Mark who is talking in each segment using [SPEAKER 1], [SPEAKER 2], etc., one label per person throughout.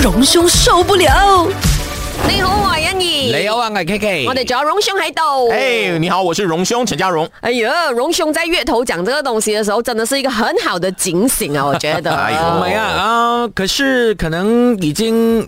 [SPEAKER 1] 榮兄受不了。
[SPEAKER 2] 你好，我係欣怡。
[SPEAKER 3] 你好啊，我係 K K。
[SPEAKER 2] 我哋仲有榮兄喺度。
[SPEAKER 4] 哎、你好，我是榮兄陳家榮。
[SPEAKER 2] 哎呀，榮兄在月头讲这个东西的时候，真的是一个很好的警醒啊，我觉得。
[SPEAKER 4] 哎
[SPEAKER 3] 唔
[SPEAKER 4] 呦
[SPEAKER 3] 係啊，啊，可是可能已經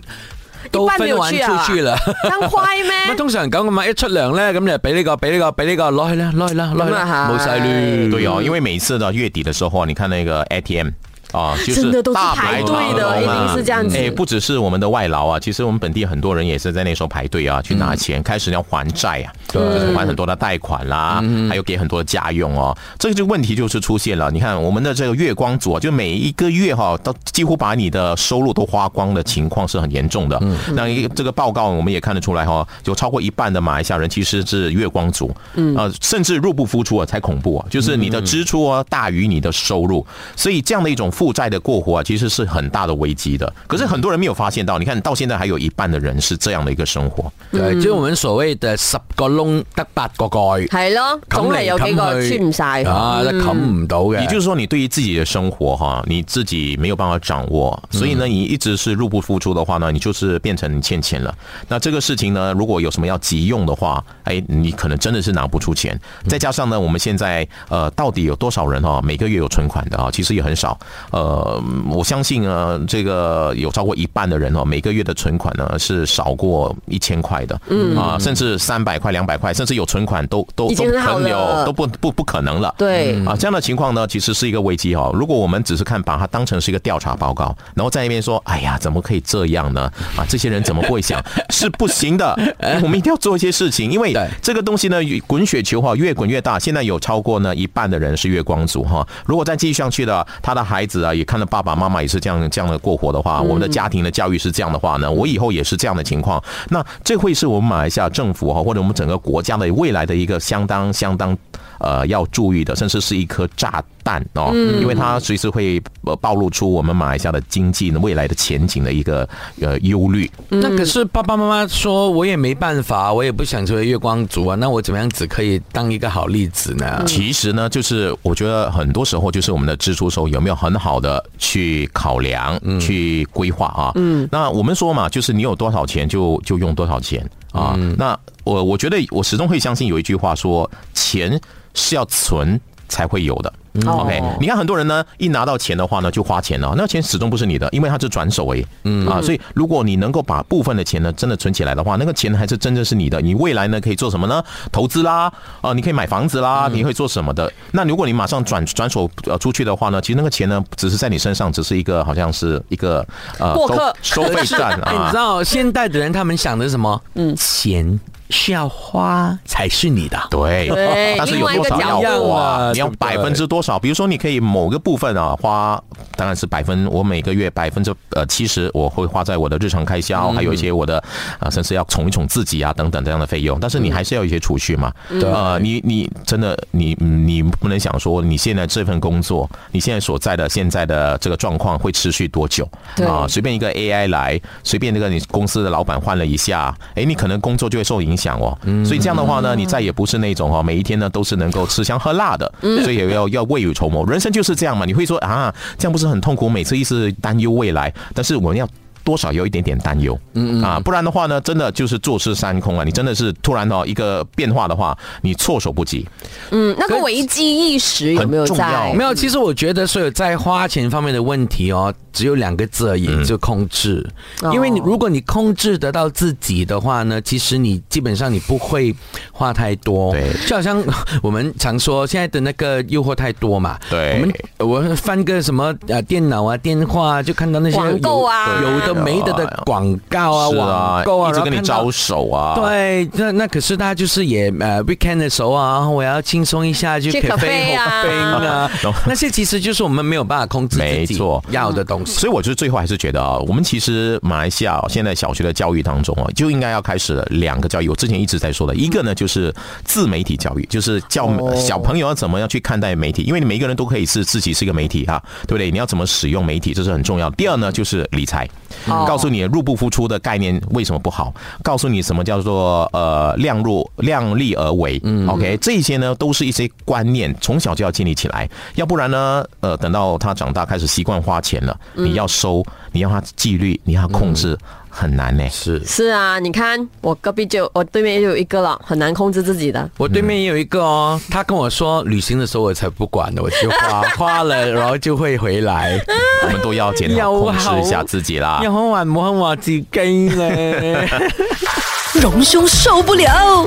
[SPEAKER 3] 都
[SPEAKER 2] 一半沒
[SPEAKER 3] 分
[SPEAKER 2] 有
[SPEAKER 3] 完
[SPEAKER 2] 去
[SPEAKER 3] 出
[SPEAKER 2] 啊
[SPEAKER 3] 去啦。
[SPEAKER 2] 咁快
[SPEAKER 3] 咁
[SPEAKER 2] 咩？
[SPEAKER 3] 通常咁咁啊，一出糧咧，咁你就俾呢個，俾呢個，俾呢個，攞去啦，攞去啦，攞去
[SPEAKER 2] 咁啊
[SPEAKER 3] 啦，
[SPEAKER 2] 係
[SPEAKER 3] 冇晒亂。
[SPEAKER 4] 对哦，因为每次到月底的时候，你看那個 ATM 啊，就
[SPEAKER 2] 真的
[SPEAKER 4] 是
[SPEAKER 2] 都是
[SPEAKER 4] 大
[SPEAKER 2] 排
[SPEAKER 4] 排
[SPEAKER 2] 队
[SPEAKER 4] 長
[SPEAKER 2] 的，
[SPEAKER 4] 龍
[SPEAKER 2] 一
[SPEAKER 4] 啊
[SPEAKER 2] 定是这样子。
[SPEAKER 4] 哎，不只是我们的外劳啊，其实我们本地很多人也是在那时候排队啊，去拿钱，开始要还债啊，
[SPEAKER 2] 嗯
[SPEAKER 4] 就是还很多的贷款啦，还有给很多的家用哦。这个就问题就是出现了，你看我们的这个月光族啊，就每一个月哈、都几乎把你的收入都花光的情况是很严重的。那一个这个报告我们也看得出来哈、有超过一半的马来西亚人其实是月光族，呃，甚至入不敷出啊，才恐怖啊，就是你的支出啊大于你的收入，所以这样的一种负债的过活啊，其实是很大的危机的。可是很多人没有发现到，你看到现在还有一半的人是这样的一个生活。
[SPEAKER 3] 對，
[SPEAKER 2] 嗯
[SPEAKER 3] 即係我們所謂嘅十個窿得八個蓋，
[SPEAKER 2] 系咯，总
[SPEAKER 3] 冚
[SPEAKER 2] 系
[SPEAKER 3] 嚟
[SPEAKER 2] 有几个
[SPEAKER 3] 冚去
[SPEAKER 2] 穿唔晒。嗯
[SPEAKER 3] 啊，都冚唔到嘅。
[SPEAKER 4] 也就是说，你对于自己的生活哈，你自己没有办法掌握，
[SPEAKER 2] 嗯
[SPEAKER 4] 所以呢，你一直是入不敷出的话呢，你就是变成你欠钱了。那这个事情呢，如果有什么要急用的话，哎，你可能真的是拿不出钱。
[SPEAKER 2] 嗯
[SPEAKER 4] 再加上呢，我们现在呃，到底有多少人哈、每个月有存款的啊？其实也很少。呃，我相信啊，这个有超过一半的人哦，每个月的存款呢是少过一千块的，嗯啊，甚至三百块、两百块，甚至有存款都都
[SPEAKER 2] 已
[SPEAKER 4] 都
[SPEAKER 2] 经很好
[SPEAKER 4] 很
[SPEAKER 2] 了
[SPEAKER 4] 有都不不不可能了。
[SPEAKER 2] 对，
[SPEAKER 4] 啊，这样的情况呢，其实是一个危机哦。如果我们只是看把它当成是一个调查报告，然后在那边说，哎呀，怎么可以这样呢？啊，这些人怎么会想是不行的？我们一定要做一些事情，因为
[SPEAKER 3] 对
[SPEAKER 4] 这个东西呢，滚雪球哈、越滚越大。现在有超过呢一半的人是月光族哈、如果再继续上去的，他的孩子啊，也看到爸爸妈妈也是这样这样的过活的话，我们的家庭的教育是这样的话呢，我以后也是这样的情况，那这会是我们马来西亚政府哈、或者我们整个国家的未来的一个相当相当。呃要注意的，甚至是一颗炸弹哦，因为它随时会呃暴露出我们马来西亚的经济未来的前景的一个呃忧虑。
[SPEAKER 2] 嗯
[SPEAKER 3] 那可是爸爸妈妈说，我也没办法，我也不想成为月光族啊。那我怎么样子可以当一个好例子呢？
[SPEAKER 2] 嗯
[SPEAKER 4] 其实呢，就是我觉得很多时候就是我们的支出时候有没有很好的去考量、去规划啊。嗯，那我们说嘛，就是你有多少钱就就用多少钱啊。那我我觉得我始终会相信有一句话说，钱是要存才会有的。
[SPEAKER 2] 哦
[SPEAKER 4] OK，你看很多人呢，一拿到钱的话呢，就花钱了，那钱始终不是你的，因为它是转手而已。嗯啊，所以如果你能够把部分的钱呢，真的存起来的话，那个钱还是真正是你的。你未来呢，可以做什么呢？投资啦，啊、你可以买房子啦，
[SPEAKER 2] 嗯
[SPEAKER 4] 你会做什么的？那如果你马上转转手呃出去的话呢，其实那个钱呢，只是在你身上，只是一个好像是一个呃
[SPEAKER 2] 过客
[SPEAKER 4] 收收费 站
[SPEAKER 3] 哎你
[SPEAKER 4] 啊
[SPEAKER 3] 知。道现代的人他们想的是什么？嗯，钱是要花才是你的。
[SPEAKER 4] 对
[SPEAKER 2] 对，
[SPEAKER 4] 但是
[SPEAKER 2] 另
[SPEAKER 4] 有
[SPEAKER 2] 外一
[SPEAKER 4] 多
[SPEAKER 2] 个
[SPEAKER 4] 少
[SPEAKER 2] 角
[SPEAKER 4] 要
[SPEAKER 2] 度
[SPEAKER 3] 啊
[SPEAKER 4] 花？你要
[SPEAKER 3] 对不对
[SPEAKER 4] 百分之多少？比如说，你可以某个部分啊，花当然是百分，我每个月百分之呃七十我会花在我的日常开销，
[SPEAKER 2] 嗯
[SPEAKER 4] 还有一些我的啊，甚至要宠一宠自己啊等等这样的费用。但
[SPEAKER 2] 嗯
[SPEAKER 4] 是你还是要有一些储蓄嘛。
[SPEAKER 3] 对
[SPEAKER 4] 呃，你你真的你嗯你不能想说你现在这份工作，你现在所在的现在的这个状况会持续多久
[SPEAKER 2] 对
[SPEAKER 4] 啊？随便一个 AI 来，随便那个你公司的老板换了一下，哎，你可能工作就会受影响哦。
[SPEAKER 3] 嗯
[SPEAKER 4] 所以这样的话呢，你再也不是那种哦，每一天呢都是能够吃香喝辣的，
[SPEAKER 3] 嗯
[SPEAKER 4] 所以也要要未雨绸缪。人生就是这样嘛，你会说啊，这样不是很痛苦？每次一直担忧未来，但是我们要。多少有一点点担忧，嗯啊，不然的话呢，真的就是坐吃山空啊！你真的是突然哦一个变化的话，你措手不及。
[SPEAKER 2] 嗯，那个危机意识有没有
[SPEAKER 4] 很重
[SPEAKER 2] 在
[SPEAKER 4] 要？
[SPEAKER 3] 没有，其实我觉得所有在花钱方面的问题哦，只有两个字而已，
[SPEAKER 4] 嗯
[SPEAKER 3] 就控制。
[SPEAKER 2] 哦
[SPEAKER 3] 因为你如果你控制得到自己的话呢，其实你基本上你不会花太多。
[SPEAKER 4] 对
[SPEAKER 3] 就好像我们常说现在的那个诱惑太多嘛。
[SPEAKER 4] 对
[SPEAKER 3] 我们我翻个什么呃电脑啊、电话啊，就看到那些
[SPEAKER 2] 广告啊
[SPEAKER 3] 有有的没的的广告啊、
[SPEAKER 4] 是
[SPEAKER 3] 网
[SPEAKER 4] 啊，
[SPEAKER 3] 购啊，
[SPEAKER 4] 一直
[SPEAKER 3] 然后
[SPEAKER 4] 跟你
[SPEAKER 3] 看到
[SPEAKER 4] 招手啊，
[SPEAKER 3] 对，那那可是大家就是也呃 weekend 的时候啊，我要轻松一下就
[SPEAKER 2] 去
[SPEAKER 3] 咖
[SPEAKER 2] cafe
[SPEAKER 3] 啡
[SPEAKER 2] 啊
[SPEAKER 3] 啊，那些其实就是我们没有办法控制
[SPEAKER 4] 没
[SPEAKER 3] 自己
[SPEAKER 4] 错嗯
[SPEAKER 3] 要的东西。
[SPEAKER 4] 所以我就最后还是觉得啊，我们其实马来西亚哦现在小学的教育当中啊，就应该要开始两个教育。我之前一直在说的，一个呢就是自媒体教育，就是教
[SPEAKER 2] 哦
[SPEAKER 4] 小朋友要怎么样去看待媒体，因为你每一个人都可以是自己是一个媒体啊，对不对？你要怎么使用媒体，这是很重要。第二呢就是理财，
[SPEAKER 2] 哦
[SPEAKER 4] 告诉你入不敷出的概念为什么不好，告诉你什么叫做呃量入量力而为。嗯，OK，这些呢都是一些观念，从小就要建立起来，要不然呢，呃，等到他长大开始习惯花钱了，你要收，你要他纪律，你要他控制，很难呢、
[SPEAKER 3] 是
[SPEAKER 2] 是啊，你看我隔壁就我对面就有一个了，很难控制自己的。
[SPEAKER 3] 我对面也有一个哦，他跟我说旅行的时候我才不管的，我就花 花了，然后就会回 来。
[SPEAKER 4] 我们都要检讨
[SPEAKER 3] 有
[SPEAKER 4] 控制一下
[SPEAKER 3] 好
[SPEAKER 4] 自己啦。
[SPEAKER 3] 又
[SPEAKER 4] 啊
[SPEAKER 3] 好玩唔好話自己咧？
[SPEAKER 1] 隆兄受不了。